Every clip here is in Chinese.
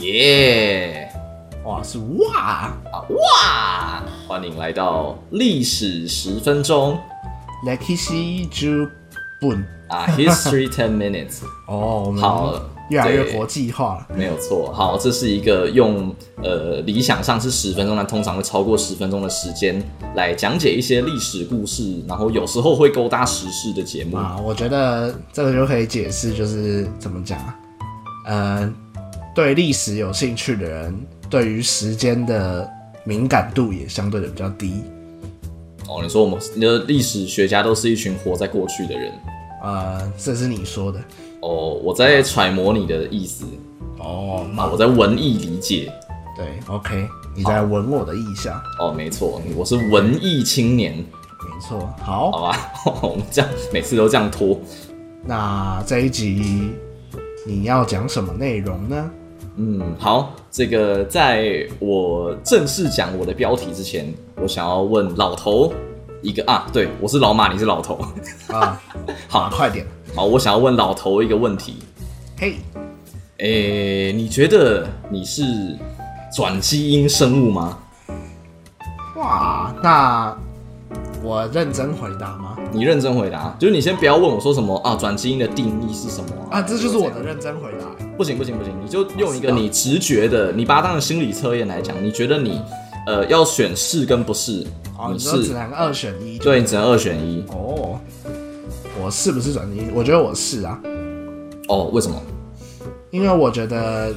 耶、哇，是哇啊哇！欢迎来到历史十分钟，Lucky 西之本啊，History Ten Minutes。哦，我们好，越来越对国际化了。没有错，好，这是一个用呃理想上是十分钟，但通常会超过十分钟的时间来讲解一些历史故事，然后有时候会勾搭时事的节目。啊，我觉得这个就可以解释，就是怎么讲啊，呃，对历史有兴趣的人，对于时间的敏感度也相对的比较低。哦，你说我们的历史学家都是一群活在过去的人。呃，这是你说的哦，我在揣摩你的意思，哦，啊，我在文艺理解。对，OK，你在闻我的意向，哦，没错，我是文艺青年，没错。好，好吧？ 我们这样每次都这样拖。那这一集你要讲什么内容呢？嗯，好，这个在我正式讲我的标题之前，我想要问老头一个啊，对我是老马，你是老头。 啊，好快点，好，我想要问老头一个问题，嘿，诶、你觉得你是转基因生物吗？哇，那我认真回答吗？你认真回答，就是你先不要问我说什么啊，转基因的定义是什么啊，这就是我的认真回答。不行不行不行，你就用一个你直觉的，你把它当成心理测验来讲，你觉得你呃要选是跟不是，哦，你你说只是能二选一？对，你只能二选一哦，我是不是转基因？我觉得我是啊，哦？为什么？因为我觉得，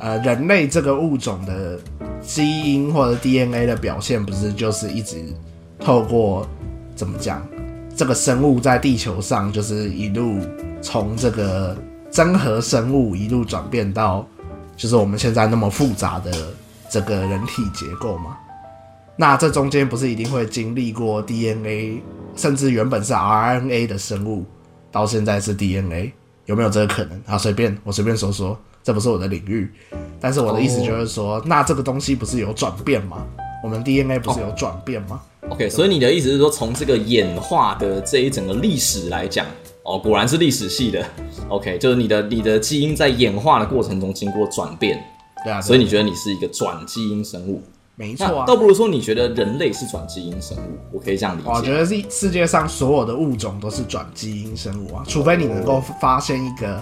呃，人类这个物种的基因或者 DNA 的表现，不是就是一直透过怎么讲，这个生物在地球上就是一路从这个真核生物一路转变到，就是我们现在那么复杂的这个人体结构嘛。那这中间不是一定会经历过 DNA，甚至原本是 RNA 的生物，到现在是 DNA，有没有这个可能？好，随便我随便说说，这不是我的领域，但是我的意思就是说那这个东西不是有转变吗？我们 DNA 不是有转变吗？ OK，所以你的意思是说，从这个演化的这一整个历史来讲，哦，果然是历史系的。OK，就是你的你的基因在演化的过程中经过转变，对啊，所以以你觉得你是一个转基因生物？没那错啊倒。不如说你觉得人类是转基因生物，我可以这样理我解。觉得世世界上所有的物种都是转基因生物啊，除非你能够发现一个，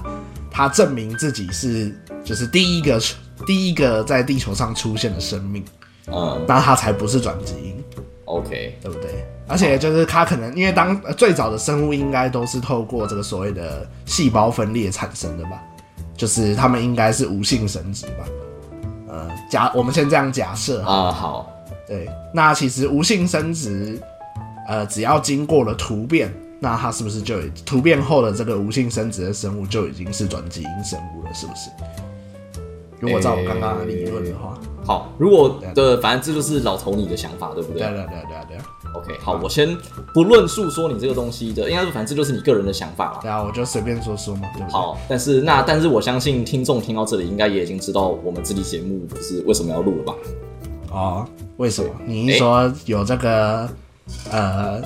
它证明自己是就是第一个第一个在地球上出现的生命，嗯那它才不是转基因。 ，OK，对不对？而且就是它可能因为当呃最早的生物应该都是透过这个所谓的细胞分裂产生的吧，就是它们应该是无性生殖吧。呃，假我们先这样假设哈，啊、好，对，那其实无性生殖，呃，只要经过了突变，那它是不是就已突变后的这个无性生殖的生物就已经是转基因生物了？是不是？如果照我刚刚的理论的话，好，如果的，反正这就是老头你的想法，对不对对啊对啊对啊对啊对啊， ？OK，好，我先不论述说你这个东西的，应该说反正这就是你个人的想法啦。对啊，我就随便说说嘛，对不对？好，但是那但是我相信听众听到这里，应该也已经知道我们这期节目不是为什么要录了吧？哦，为什么？你一说有这个，呃，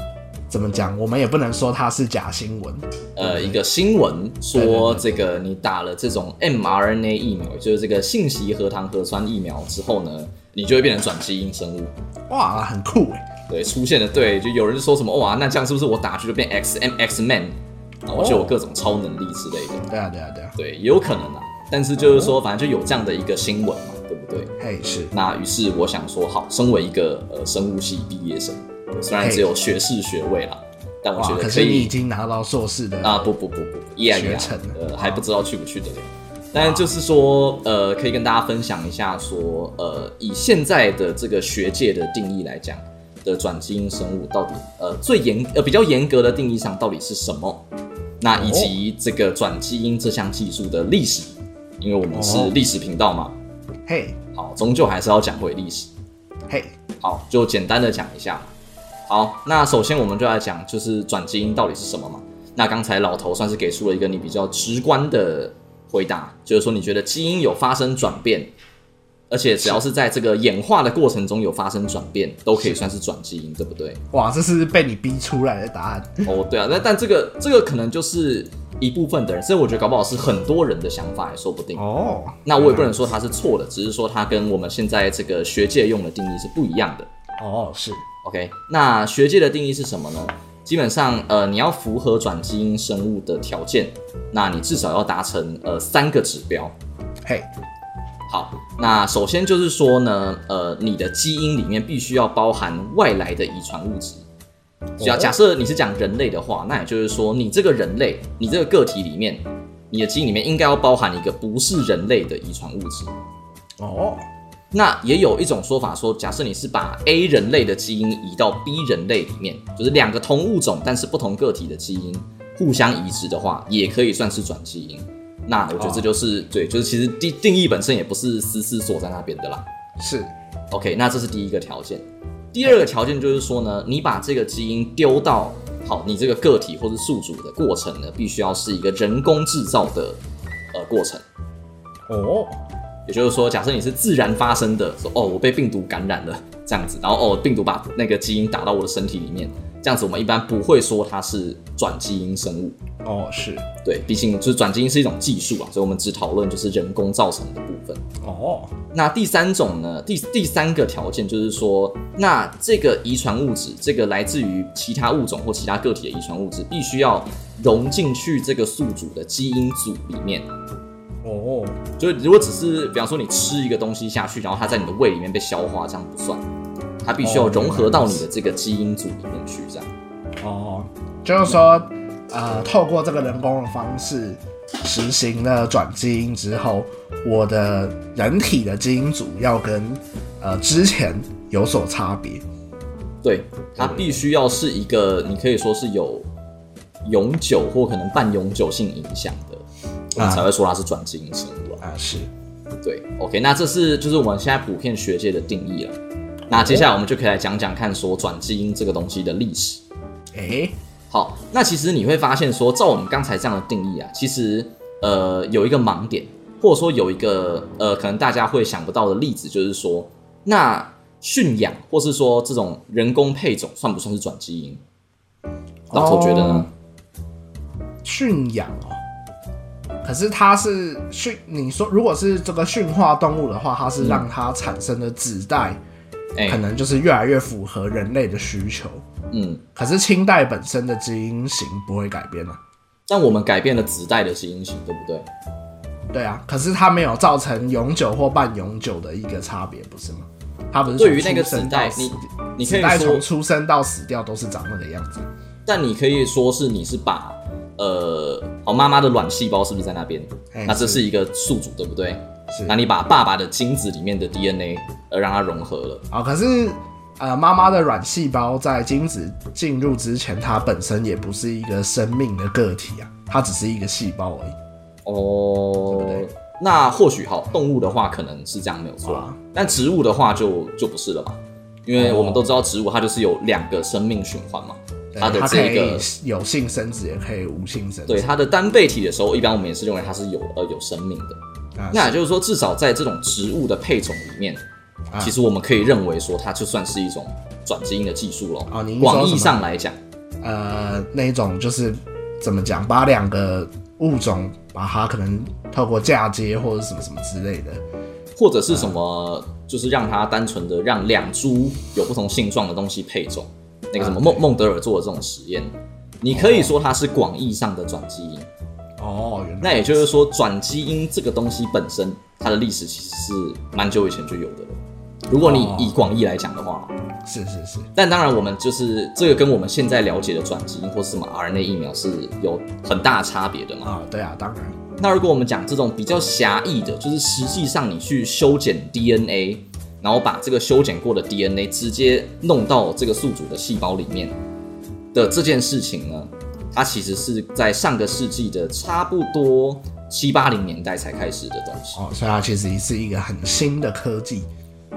怎么讲？我们也不能说它是假新闻，呃，一个新闻说这个你打了这种 mRNA 疫苗，就是这个信息核糖核酸疫苗之后呢，你就会变成转基因生物。哇，很酷哎！对，出现了对，就有人就说什么哇，那这样是不是我打去就变 X M X Man，然后就有各种超能力之类的。对啊，对啊，对啊，对，也有可能啊。但是就是说，反正就有这样的一个新闻嘛，对不对？嘿，是那于是我想说，好，身为一个呃生物系毕业生，虽然只有学士学位啦，但我哇觉，得可可是你已以经拿到硕士的啊，不不不不不，依然依学然成了呃还不知道去不去得了。但就是说，呃，可以跟大家分享一下说，呃，以现在的这个学界的定义来讲的转基因生物到底呃最严呃比较严格的定义上到底是什么？那哦以及这个转基因这项技术的历史，因为我们是哦历史频道嘛，嘿，好，终究还是要讲回历史。嘿，好，就简单的讲一下。好，那首先我们就来讲，就是转基因到底是什么嘛？那刚才老头算是给出了一个你比较直观的回答，就是说你觉得基因有发生转变，而且只要是在这个演化的过程中有发生转变，都可以算是转基因，对不对？哇，这是被你逼出来的答案哦，对啊，那但这个这个可能就是一部分的人，甚至我觉得搞不好是很多人的想法也说不定。哦，那我也不能说它是错的，只是说它跟我们现在这个学界用的定义是不一样的。哦，是 OK，那学界的定义是什么呢？基本上，呃，你要符合转基因生物的条件，那你至少要达成呃三个指标。嘿，好，那首先就是说呢，呃，你的基因里面必须要包含外来的遗传物质。只要哦假设你是讲人类的话，那也就是说，你这个人类，你这个个体里面，你的基因里面应该要包含一个不是人类的遗传物质。哦，那也有一种说法说，假设你是把 A 人类的基因移到 B 人类里面，就是两个同物种但是不同个体的基因互相移植的话，也可以算是转基因。那我觉得这就是、对，就是其实定定义本身也不是私私锁在那边的啦。是 OK，那这是第一个条件。第二个条件就是说呢，你把这个基因丢到好你这个个体或是宿主的过程呢，必须要是一个人工制造的呃过程。哦，也就是说，假设你是自然发生的，说哦，我被病毒感染了这样子，然后哦，病毒把那个基因打到我的身体里面，这样子我们一般不会说它是转基因生物，哦，是对，毕竟就是转基因是一种技术啊，所以我们只讨论就是人工造成的部分。哦，那第三种呢，第第三个条件就是说，那这个遗传物质，这个来自于其他物种或其他个体的遗传物质，必须要融进去这个宿主的基因组里面。哦，就是如果只是比方说你吃一个东西下去，然后它在你的胃里面被消化，这样不算，它必须要哦融合到你的这个基因组里面去，这样。哦，就是说，呃，透过这个人工的方式实行了转基因之后，我的人体的基因组要跟呃之前有所差别。对，它必须要是一个你可以说是有永久或可能半永久性影响的，我们啊才会说它是转基因生物啊。啊，是对，OK，那这是就是我们现在普遍学界的定义了。那接下来我们就可以来讲讲看说转基因这个东西的历史。诶，好，那其实你会发现说，照我们刚才这样的定义啊，其实呃有一个盲点，或者说有一个呃可能大家会想不到的例子，就是说，那驯养或是说这种人工配种算不算是转基因？老头觉得哦呢？驯养哦。可是它是驯，你说如果是这个驯化动物的话，它是让它产生的子代，哎、可能就是越来越符合人类的需求。嗯，可是清代本身的基因型不会改变啊。但我们改变了子代的基因型，对不对？对啊，可是它没有造成永久或半永久的一个差别，不是吗？它不是对于那个从子出生到代，死你你可子以代说从出生到死掉都是长那个样子。但你可以说是你是把呃，好妈妈的卵细胞是不是在那边哎？啊那这是是一个宿主，对不对？是那你把爸爸的精子里面的 DNA 呃让它融合了，啊、可是呃，妈妈的卵细胞在精子进入之前，它本身也不是一个生命的个体啊，它只是一个细胞而已。哦，对不对那或许好，动物的话可能是这样没有错，啊但植物的话就就不是了嘛，因为我们都知道植物它就是有两个生命循环嘛，哦对它的它可啊这以个有性生殖，也可以无性生殖。对它的单倍体的时候，一般我们也是认为它是有呃有生命的，啊，那也就是说，至少在这种植物的配种里面，啊其实我们可以认为说，它就算是一种转基因的技术咯。哦您说广什义么上来讲，呃那种就是怎么讲，把两个物种把它可能透过嫁接或者什么什么之类的，或者是什么，就是让它单纯的让两株有不同性状的东西配种，那个什么啊孟孟德尔做的这种实验，你可以说它是广义上的转基因。哦，原来那也就是说，转基因这个东西本身，它的历史其实是蛮久以前就有的了。如果你哦以广义来讲的话，是是是，但当然，我们就是这个跟我们现在了解的转基因或是什么 RNA 疫苗是有很大差别的嘛。啊、对啊，当然，那如果我们讲这种比较狭义的，就是实际上你去修剪 DNA，然后把这个修剪过的 DNA 直接弄到这个宿主的细胞里面的这件事情呢，它其实是在上个世纪的差不多七八零年代才开始的东西。哦，所以它其实是一个很新的科技，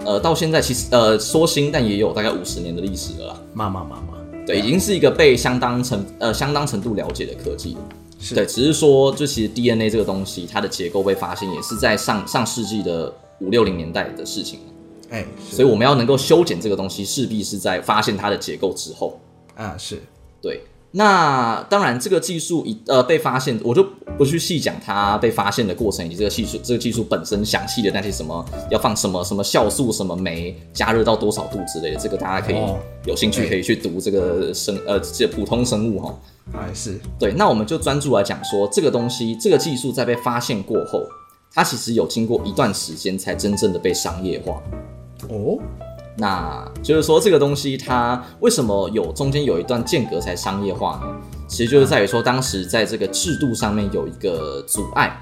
呃，到现在其实呃说新，但也有大概五十年的历史了啦。嘛嘛嘛嘛，对，已经是一个被相当程呃相当程度了解的科技了。是对，只是说，就其实 DNA 这个东西，它的结构被发现也是在上上世纪的五六零年代的事情了，哎、所以我们要能够修剪这个东西，势必是在发现它的结构之后。啊是，对，那当然，这个技术一呃被发现，我就不去细讲它被发现的过程以及这个技术这个技术本身详细的那些什么要放什么什么酵素、什么酶，加热到多少度之类的，这个大家可以哦有兴趣对可以去读这个生呃这普通生物哈。还啊是对，那我们就专注来讲说这个东西，这个技术在被发现过后，它其实有经过一段时间才真正的被商业化。哦，那就是说，这个东西它为什么有中间有一段间隔才商业化呢？其实就是在于说，当时在这个制度上面有一个阻碍，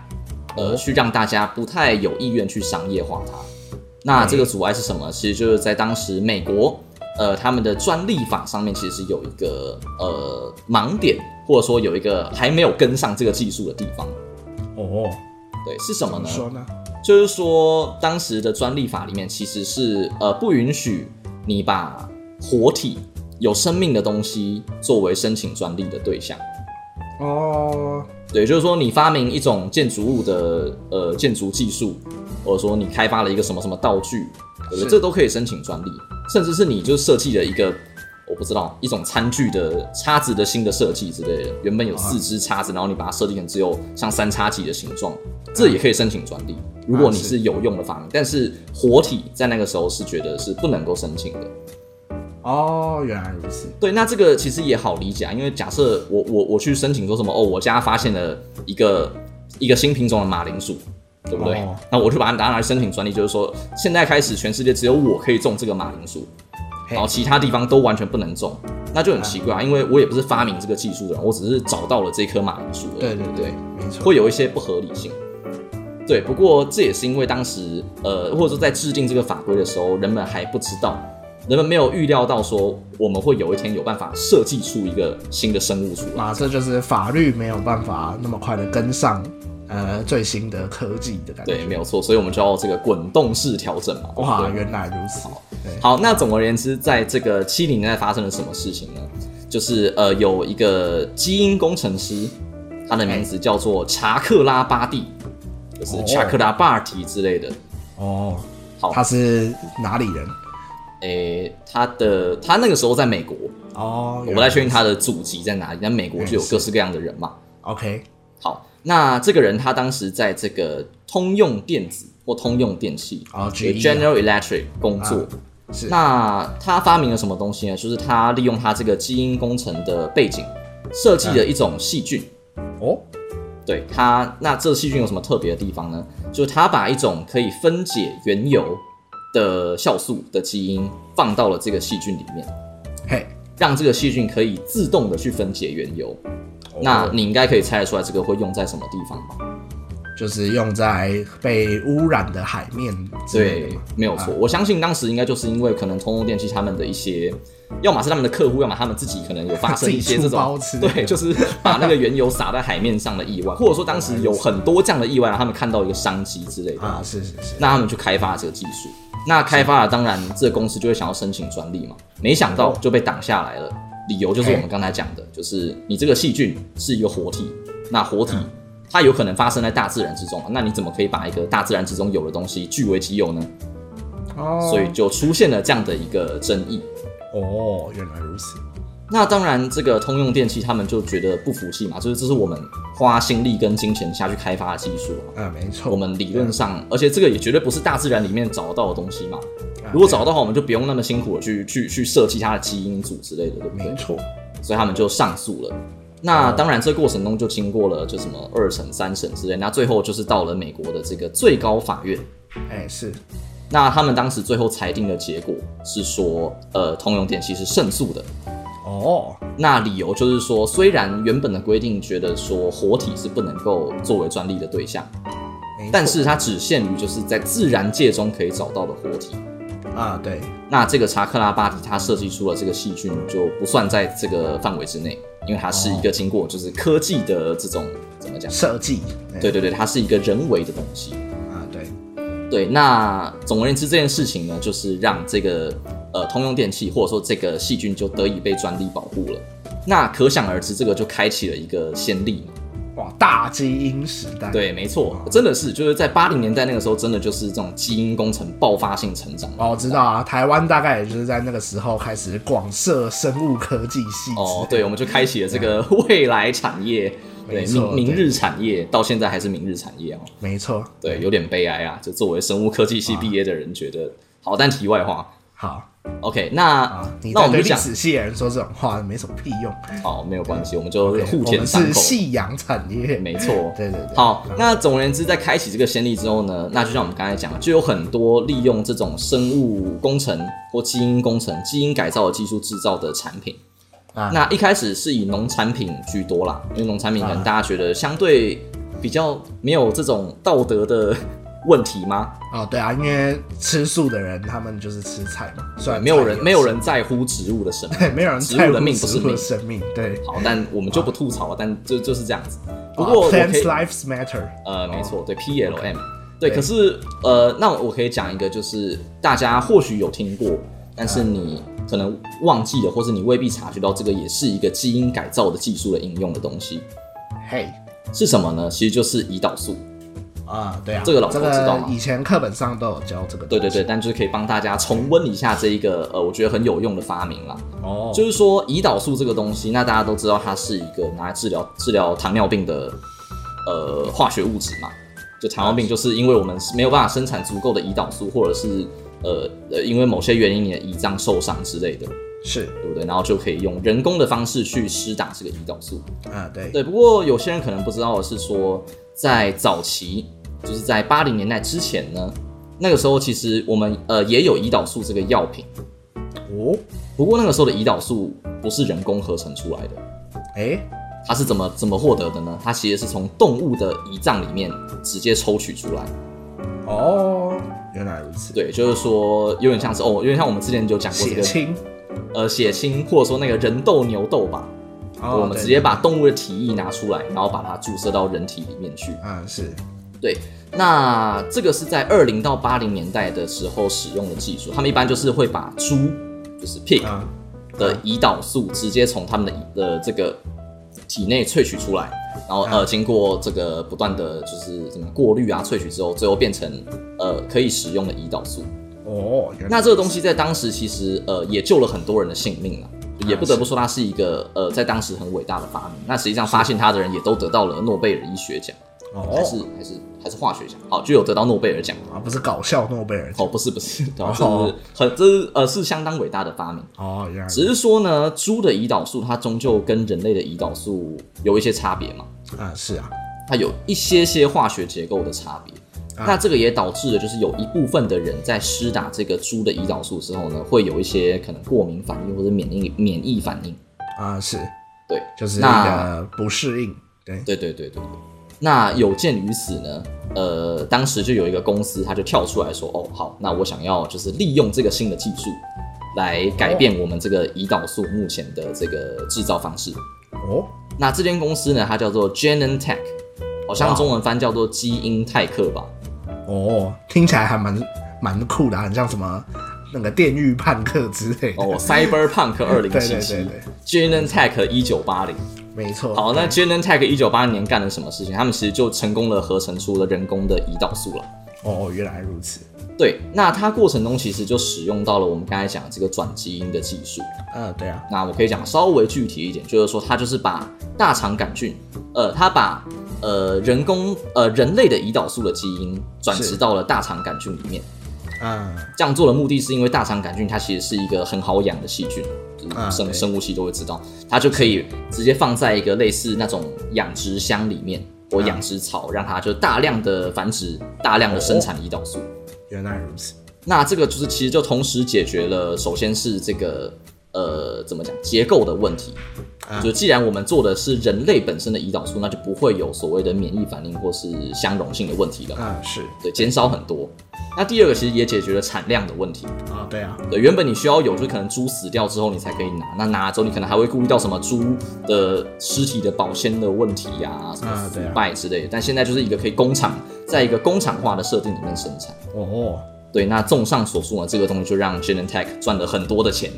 呃，去让大家不太有意愿去商业化它。那这个阻碍是什么？其实就是在当时美国，呃，他们的专利法上面其实有一个呃盲点，或者说有一个还没有跟上这个技术的地方。哦，对，是什么怎么呢？说呢？就是说，当时的专利法里面其实是呃不允许你把活体有生命的东西作为申请专利的对象。哦，对，就是说你发明一种建筑物的呃建筑技术，或者说你开发了一个什么什么道具，对不对？是这都可以申请专利，甚至是你就设计了一个。我不知道一种餐具的叉子的新的设计之类的，原啊本有四只叉子，然后你把它设定成只有像三叉戟的形状，这也可以申请专利。如果你啊是是有用的发明，但是活体在那个时候是觉得是不能够申请的。哦，原来如此。对，那这个其实也好理解啊，因为假设我我我去申请说什么哦，我家发现了一个一个新品种的马铃薯，对不对？哦那我就把它拿来申请专利，就是说现在开始全世界只有我可以种这个马铃薯，嘿然后其他地方都完全不能种，那就很奇怪啊，因为我也不是发明这个技术的人，我只是找到了这棵马铃薯而已，对对不对，没错。会有一些不合理性。对，不过这也是因为当时呃，或者说在制定这个法规的时候，人们还不知道，人们没有预料到说我们会有一天有办法设计出一个新的生物出来。啊，这就是法律没有办法那么快的跟上呃最新的科技的感觉。对，没有错，所以我们就要这个滚动式调整嘛。对不哇，对原来如此。对，好，那总而言之，在这个七零年代发生了什么事情呢？就是呃，有一个基因工程师，他的名字叫做查克拉巴蒂，就是哎哦查克拉巴蒂之类的。哦，好他是哪里人？诶、他的他那个时候在美国，哦，我原不来太确定他的祖籍在哪里，但美国嗯就有各式各样的人嘛。 OK，好，那这个人他当时在这个通用电子或通用电器哦对 GE 啊 （General Electric） 工作。是那他发明了什么东西呢？就是他利用他这个基因工程的背景，设计嗯了一种细菌。哦，对他，那这细菌有什么特别的地方呢？就是他把一种可以分解原油的酵素的基因放到了这个细菌里面。嘿，让这个细菌可以自动的去分解原油。哦那你应该可以猜得出来，这个会用在什么地方吧？就是用在被污染的海面之类的对嘛。，没有错。我相信当时应该就是因为可能通用电器他们的一些，要么是他们的客户，要么他们自己可能有发生自己一些这出包种之，类的对，就是把那个原油洒在海面上的意外，或者说当时有很多这样的意外，让他们看到一个商机之类的。啊，是是是，那他们去开发这个技术，那开发了，当然这个公司就会想要申请专利嘛，没想到就被挡下来了。理由就是我们刚才讲的，就是你这个细菌是一个活体，那活体它有可能发生在大自然之中，啊那你怎么可以把一个大自然之中有的东西据为己有呢？哦，所以就出现了这样的一个争议。哦，原来如此，那当然，这个通用电器他们就觉得不服气嘛，就是这是我们花心力跟金钱下去开发的技术嘛，嗯，没错，我们理论上，而且这个也绝对不是大自然里面找得到的东西嘛。啊如果找得对到的话，我们就不用那么辛苦的去去去设计它的基因组之类的，对不对没？错，嗯所以他们就上诉了。那当然，这过程中就经过了就什么二审、三审之类，那最后就是到了美国的这个最高法院。哎，是那他们当时最后裁定的结果是说，呃，通用电器是胜诉的。哦，那理由就是说，虽然原本的规定觉得说活体是不能够作为专利的对象，没错但是它只限于就是在自然界中可以找到的活体。啊，对，那这个查克拉巴蒂他设计出了这个细菌就不算在这个范围之内，因为它是一个经过就是科技的这种怎么讲？设计，哎对对对，它是一个人为的东西。啊，对，对，那总而言之，这件事情呢，就是让这个呃通用电器或者说这个细菌就得以被专利保护了。那可想而知，这个就开启了一个先例嘛。哇，大基因时代。，对，没错，真的是就是在八零年代那个时候，真的就是这种基因工程爆发性成长。哦，我知道啊，台湾大概也就是在那个时候开始广设生物科技系之类的。嗯哦，对，我们就开启了这个未来产业，对，没错明明对日产业到现在还是明日产业哦。没错。对，有点悲哀啊。就作为生物科技系毕业的人，觉得、啊好。但题外话好，OK，那、啊，你那我在们对就历讲史系的人说这种话没什么屁用。好，没有关系，我们就 OK，互我舔们伤是口。夕阳产业。没错，对对对。啊好，那总而言之，在开启这个先例之后呢，那就像我们刚才讲的，就有很多利用这种生物工程或基因工程、基因改造的技术制造的产品。啊那一开始是以农产品居多啦，因为农产品可能啊大家觉得相对比较没有这种道德的问题吗？哦，对啊，因为吃素的人他们就是吃菜嘛，虽然没有菜人也没有啊是人在乎植物的生对命， 没有人植在物的乎命不植是物的命。生命，对。好，但我们就不吐槽，但就就是这样子。不啊过我可以、 plants lives matter，呃，没错，对 PLM，对，对可是呃，那我可以讲一个，就是大家或许有听过，但是你可能忘记了，或是你未必察觉到，这个也是一个基因改造的技术的应用的东西，嘿是什么呢？其实就是胰岛素。啊，对啊，这个老头知道吗以前课本上都有教这个，对对，对，但就是可以帮大家重温一下这一个呃，我觉得很有用的发明啦。哦，就是说胰岛素这个东西，那大家都知道它是一个拿来治疗治疗糖尿病的呃化学物质嘛。就糖尿病就是因为我们是没有办法生产足够的胰岛素，或者是呃呃因为某些原因你的胰脏受伤之类的，是对不对？然后就可以用人工的方式去施打这个胰岛素。啊，对，对，不过有些人可能不知道的是说，在早期，就是在八零年代之前呢，那个时候其实我们呃也有胰岛素这个药品，哦，不过那个时候的胰岛素不是人工合成出来的，哎，它是怎么怎么获得的呢？它其实是从动物的胰脏里面直接抽取出来。哦，原来如此，对，就是说有点像是哦，有点像我们之前就讲过这血个清，呃血清，或者说那个人痘、牛痘吧，哦我们直接，把动物的体液拿出来，然后把它注射到人体里面去。对嗯，是对，那这个是在二零到八零年代的时候使用的技术，他们一般就是会把猪，就是 pig 啊，的胰岛素直接从他们的胰的这个体内萃取出来，然后嗯呃经过这个不断的就是怎么样过滤啊萃取之后，最后变成呃可以使用的胰岛素。哦，原来那这个东西在当时其实呃也救了很多人的性命了。啊啊也不得不说，它是一个呃，在当时很伟大的发明。那实际上，发现它的人也都得到了诺贝尔医学奖。还是哦，还是还是化学奖，好，就有得到诺贝尔奖。啊，不是搞笑诺贝尔奖，哦，不是不是，对吧哦这是很这是呃是相当伟大的发明。哦，原来只是说呢，猪的胰岛素它终究跟人类的胰岛素有一些差别嘛，啊，是啊，它有一些些化学结构的差别。啊那这个也导致了，就是有一部分的人在施打这个猪的胰岛素之后呢，会有一些可能过敏反应或者免疫免疫反应。啊，是，对，就是那那个不适应，对，对对对对对。那有鉴于此呢，呃，当时就有一个公司，他就跳出来说，哦，好，那我想要就是利用这个新的技术，来改变我们这个胰岛素目前的这个制造方式。哦，那这间公司呢，它叫做 Genentech，好像哇中文翻叫做基因泰克吧。哦，听起来还蛮蛮酷的、啊，很像什么那个电狱判客之类的。哦 ，Cyberpunk 二零对七对七对对， ，Genentech 一九八零。没错。好，那 Genentech 一九八零年干了什么事情？他们其实就成功了合成出了人工的胰岛素了。哦，原来如此。对，那它过程中其实就使用到了我们刚才讲的这个转基因的技术。嗯，对啊，那我可以讲稍微具体一点，就是说它就是把大肠杆菌，呃，它把呃人工呃人类的胰岛素的基因转植是到了大肠杆菌里面。嗯，这样做的目的是因为大肠杆菌它其实是一个很好养的细菌，就啊是生对生物系都会知道，它就可以直接放在一个类似那种养殖箱里面或啊养殖槽，让它就大量的繁殖，大量的生产胰岛素。哦原来如此。那这个就是其实就同时解决了，首先是这个呃怎么讲结构的问题，啊就既然我们做的是人类本身的胰岛素，那就不会有所谓的免疫反应或是相容性的问题了，嗯，是对，减少很多。那第二个其实也解决了产量的问题，啊，对啊，对，原本你需要有，就是可能猪死掉之后你才可以拿，那拿了之后你可能还会顾虑到什么猪的尸体的保鲜的问题呀、什么啊腐对啊败之类的，但现在就是一个可以工厂在一个工厂化的设定里面生产。哦，对，那综上所述呢，这个东西就让 Genentech 赚了很多的钱。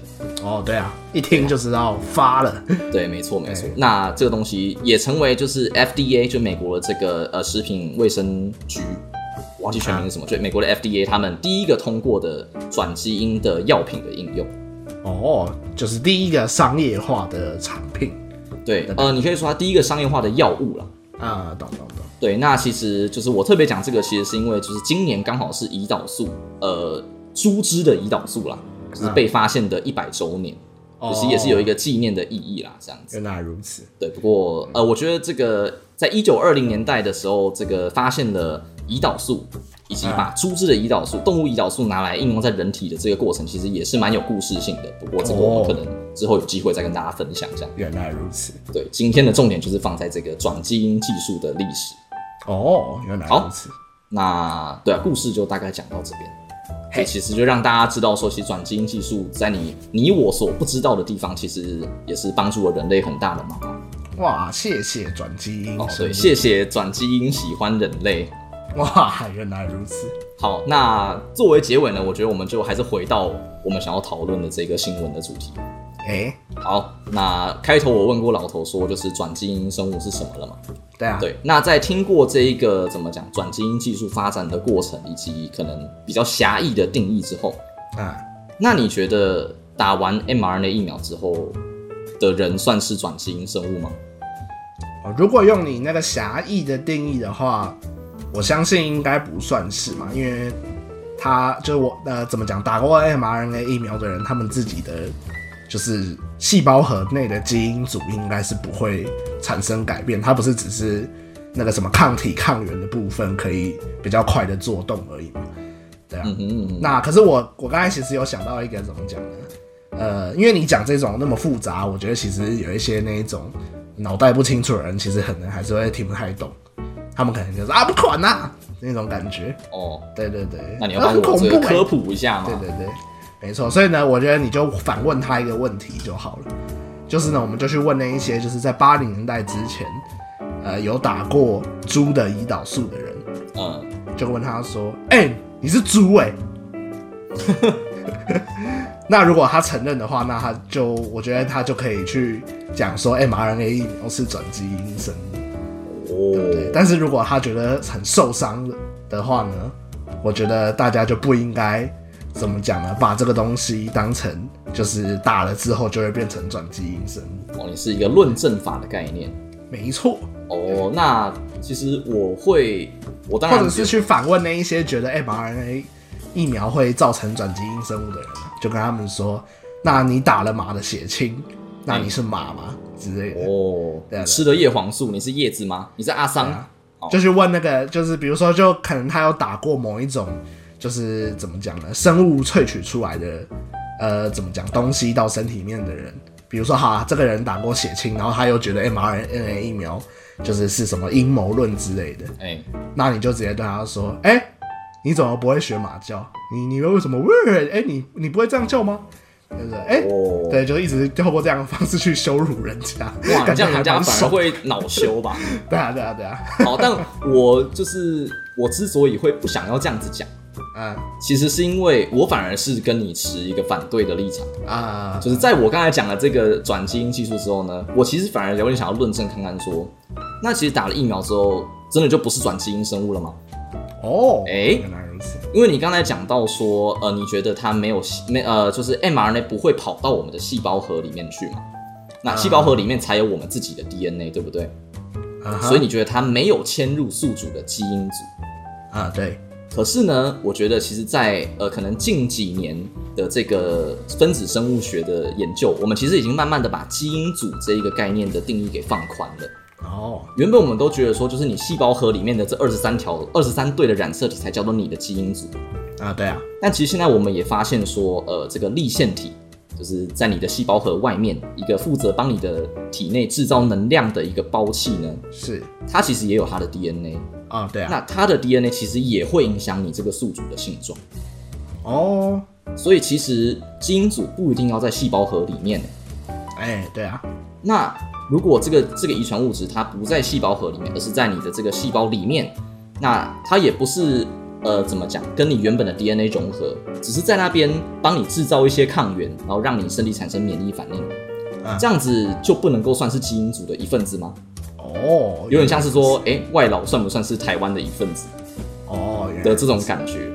哦，对啊，一听就知道发了。对，没错没错哎。那这个东西也成为就是 FDA，就美国的这个呃食品卫生局，我忘记全名是什么，就美国的 FDA 他们第一个通过的转基因的药品的应用。哦，就是第一个商业化的产品。对，呃，你可以说它第一个商业化的药物啦。啊、懂懂懂。对，那其实就是我特别讲这个，其实是因为就是今年刚好是胰岛素，呃，猪只的胰岛素啦，就是被发现的一百周年，哦其实也是有一个。个纪念的意义啦，这样子。哦原来如此。对，不过呃，我觉得这个在一九二零年代的时候，这个发现了胰岛素，以及把猪只的胰岛素、动物胰岛素拿来应用在人体的这个过程，其实也是蛮有故事性的。不过这个我们哦可能之后有机会再跟大家分享一下。原来如此。对，今天的重点就是放在这个转基因技术的历史。哦，原来如此。那对啊，故事就大概讲到这边。嘿，其实就让大家知道说，其实转基因技术在你你我所不知道的地方，其实也是帮助了人类很大的忙。哇，谢谢转基因哦，生对，物谢谢转基因喜欢人类。哇，原来如此。好，那作为结尾呢，我觉得我们就还是回到我们想要讨论的这个新闻的主题。哎，好，那开头我问过老头说，就是转基因生物是什么了嘛？对啊，对，那在听过这一个怎么讲转基因技术发展的过程，以及可能比较狭义的定义之后，啊，那你觉得打完 mRNA 疫苗之后的人算是转基因生物吗？哦如果用你那个狭义的定义的话，我相信应该不算是嘛，因为他就是我呃怎么讲，打过 mRNA 疫苗的人，他们自己的就是细胞核内的基因组应该是不会产生改变，它不是只是那个什么抗体抗原的部分可以比较快的做动而已嘛，对啊，嗯哼嗯哼，那可是我我刚才其实有想到一个怎么讲呢？呃，因为你讲这种那么复杂，我觉得其实有一些那一种脑袋不清楚的人，其实可能还是会听不太懂，他们可能就是啊不管啦、那种感觉。哦，对对对，那你要啊帮很我恐这怖、个欸。科普一下吗？对对对，没错。所以呢，我觉得你就反问他一个问题就好了，就是呢，我们就去问那一些就是在八零年代之前，呃，有打过猪的胰岛素的人，嗯。就问他说：“哎、你是猪哎、 那如果他承认的话，那他就我觉得他就可以去讲说哎 mRNA 疫苗是转基因生物。对哦，但是如果他觉得很受伤的话呢，我觉得大家就不应该怎么讲呢？把这个东西当成就是打了之后就会变成转基因生物。哦，你是一个论证法的概念。没错，哦，那其实我会，我当或然者是去反问那一些觉得哎 mRNA 疫苗会造成转基因生物的人啊，就跟他们说：“那你打了马的血清，那嗯你是马吗？”之类的，哦，对啊你吃的叶黄素，你是叶子吗？你是阿对桑啊？就去问那个，就是比如说，就可能他有打过某一种，就是怎么讲呢，生物萃取出来的，呃，怎么讲东西到身体里面的人，比如说哈，这个人打过血清，然后他又觉得哎 mRNA 疫苗就是是什么阴谋论之类的，哎、那你就直接对他说：“哎、你怎么不会学马叫？你你为什么？喂，哎，你你不会这样叫吗？对不对？哎、哦，对，就一直透过这样的方式去羞辱人家，哇，感这觉样还人家蛮反而爽。会恼羞吧？对啊，对啊，对啊，好，但我就是我之所以会不想要这样子讲，嗯其实是因为我反而是跟你持一个反对的立场。啊，就是在我刚才讲了这个转基因技术之后呢，我其实反而有点想要论证看看说，那其实打了疫苗之后，真的就不是转基因生物了吗？哦，哎原来如此，因为你刚才讲到说，呃，你觉得它没有细没呃，就是 mRNA 不会跑到我们的细胞核里面去嘛？那细胞核里面才有我们自己的 DNA，对不对？啊哈所以你觉得它没有迁入宿主的基因组？啊，对，可是呢，我觉得其实在，呃可能近几年的这个分子生物学的研究，我们其实已经慢慢的把基因组这一个概念的定义给放宽了。哦，原本我们都觉得说，就是你细胞核里面的这二十三条、二十三对的染色体才叫做你的基因组。啊，对啊，但其实现在我们也发现说，呃，这个立腺体就是在你的细胞核外面一个负责帮你的体内制造能量的一个胞器呢，是它其实也有它的 DNA。啊，对啊，那它的 DNA 其实也会影响你这个宿主的性状，哦，所以其实基因组不一定要在细胞核里面。哎，对啊，那如果这个这个遗传物质它不在细胞核里面，而是在你的这个细胞里面，那它也不是呃怎么讲，跟你原本的 DNA 融合，只是在那边帮你制造一些抗原，然后让你身体产生免疫反应，嗯这样子就不能够算是基因组的一份子吗？哦，有点像是说，哎、外劳算不算是台湾的一份子哦，原来的这种感觉？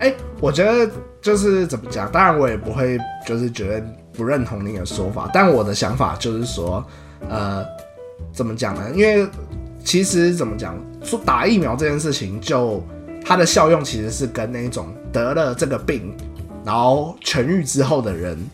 哎、我觉得就是怎么讲，当然我也不会就是觉得不认同你的说法，但我的想法就是说，呃，怎么讲呢？因为其实怎么讲，说打疫苗这件事情就，它的效用其实是跟那种得了这个病，然后痊愈之后的人，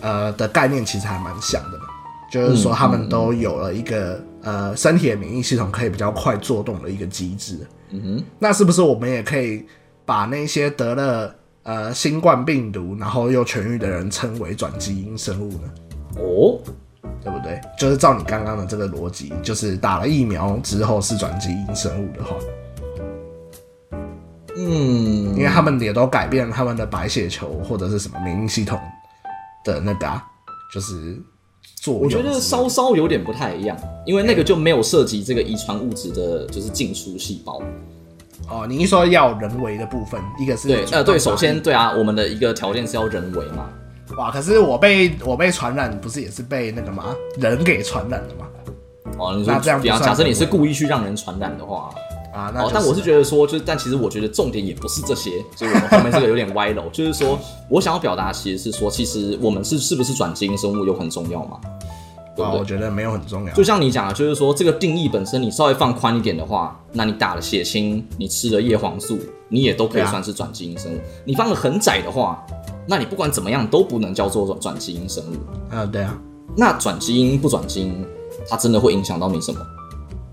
呃的概念其实还蛮像的嘛，就是说他们都有了一个、呃身体的免疫系统可以比较快做动的一个机制。嗯哼，那是不是我们也可以把那些得了呃新冠病毒然后又痊愈的人称为转基因生物呢？哦，对不对？就是照你刚刚的这个逻辑，就是打了疫苗之后是转基因生物的话，嗯因为他们也都改变了他们的白血球或者是什么免疫系统的那个、啊，就是作用我之觉类的。得稍稍有点不太一样，因为那个就没有涉及这个遗传物质的，就是进出细胞。哦，你一说要人为的部分，一个是对，呃，对，主动首先对啊，我们的一个条件是要人为嘛。哇，可是我被我被传染，不是也是被那个吗？人给传染的吗？哦，你说那这样不比方算假设你人是为故意去让人传染的话，啊，那、哦，但我是觉得说，就是但其实我觉得重点也不是这些，所以我们后面这个有点歪楼， 就是说我想要表达其实是说，其实我们是是不是转基因生物有很重要嘛，对啊，不对我？觉得没有很重要。就像你讲的，就是说这个定义本身，你稍微放宽一点的话，那你打了血清，你吃了叶黄素，你也都可对以啊算是转基因生物。你放的很窄的话，那你不管怎么样都不能叫做转转基因生物。嗯，对啊，那转基因不转基因，它真的会影响到你什么？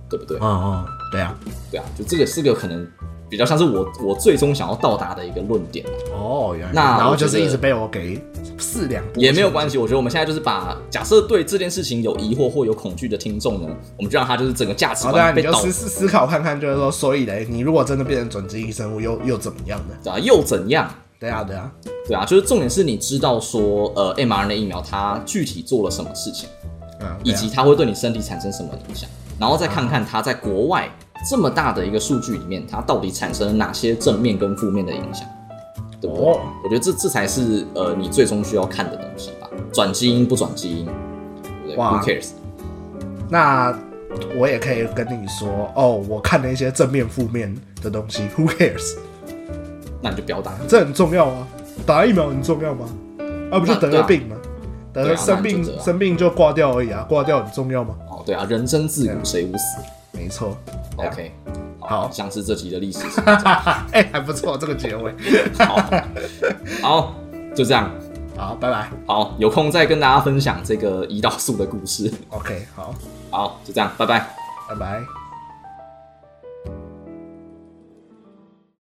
对不对？嗯嗯，对啊，对啊，就这个是个可能比较像是我我最终想要到达的一个论点，哦，原来，那然后我就觉是一得直被我给四两拨也没有千关系。我觉得我们现在就是把假设对这件事情有疑惑或有恐惧的听众呢，我们就让他就是整个价值斤。好的、对啊，观你被就导思思思考看看，就是说，所以嘞，你如果真的变成转基因生物，又又怎么样呢？啊又怎样？对啊，对啊，对啊，就是重点是你知道说，呃，mRNA 疫苗它具体做了什么事情，嗯，以对啊及它会对你身体产生什么影响，然后再看看它在国外这么大的一个数据里面，它到底产生了哪些正面跟负面的影响，对不对？哦我觉得这这才是呃你最终需要看的东西吧，转基因不转基因，对不对哇？Who cares？那我也可以跟你说，哦，我看了一些正面、负面的东西，Who cares？那你就不要打，这很重要啊，打疫苗很重要吗？啊，不就那得对了啊病吗？得对了啊生那就病，这样生病就挂掉而已啊，挂掉很重要吗？哦，对啊，人生自古谁无死没错。 对啊？OK，好像是这集的历史。哎、还不错，这个结尾。好，好，就这样。好，拜拜。好，有空再跟大家分享这个胰岛素的故事。 OK，好，好，就这样，拜拜。拜拜。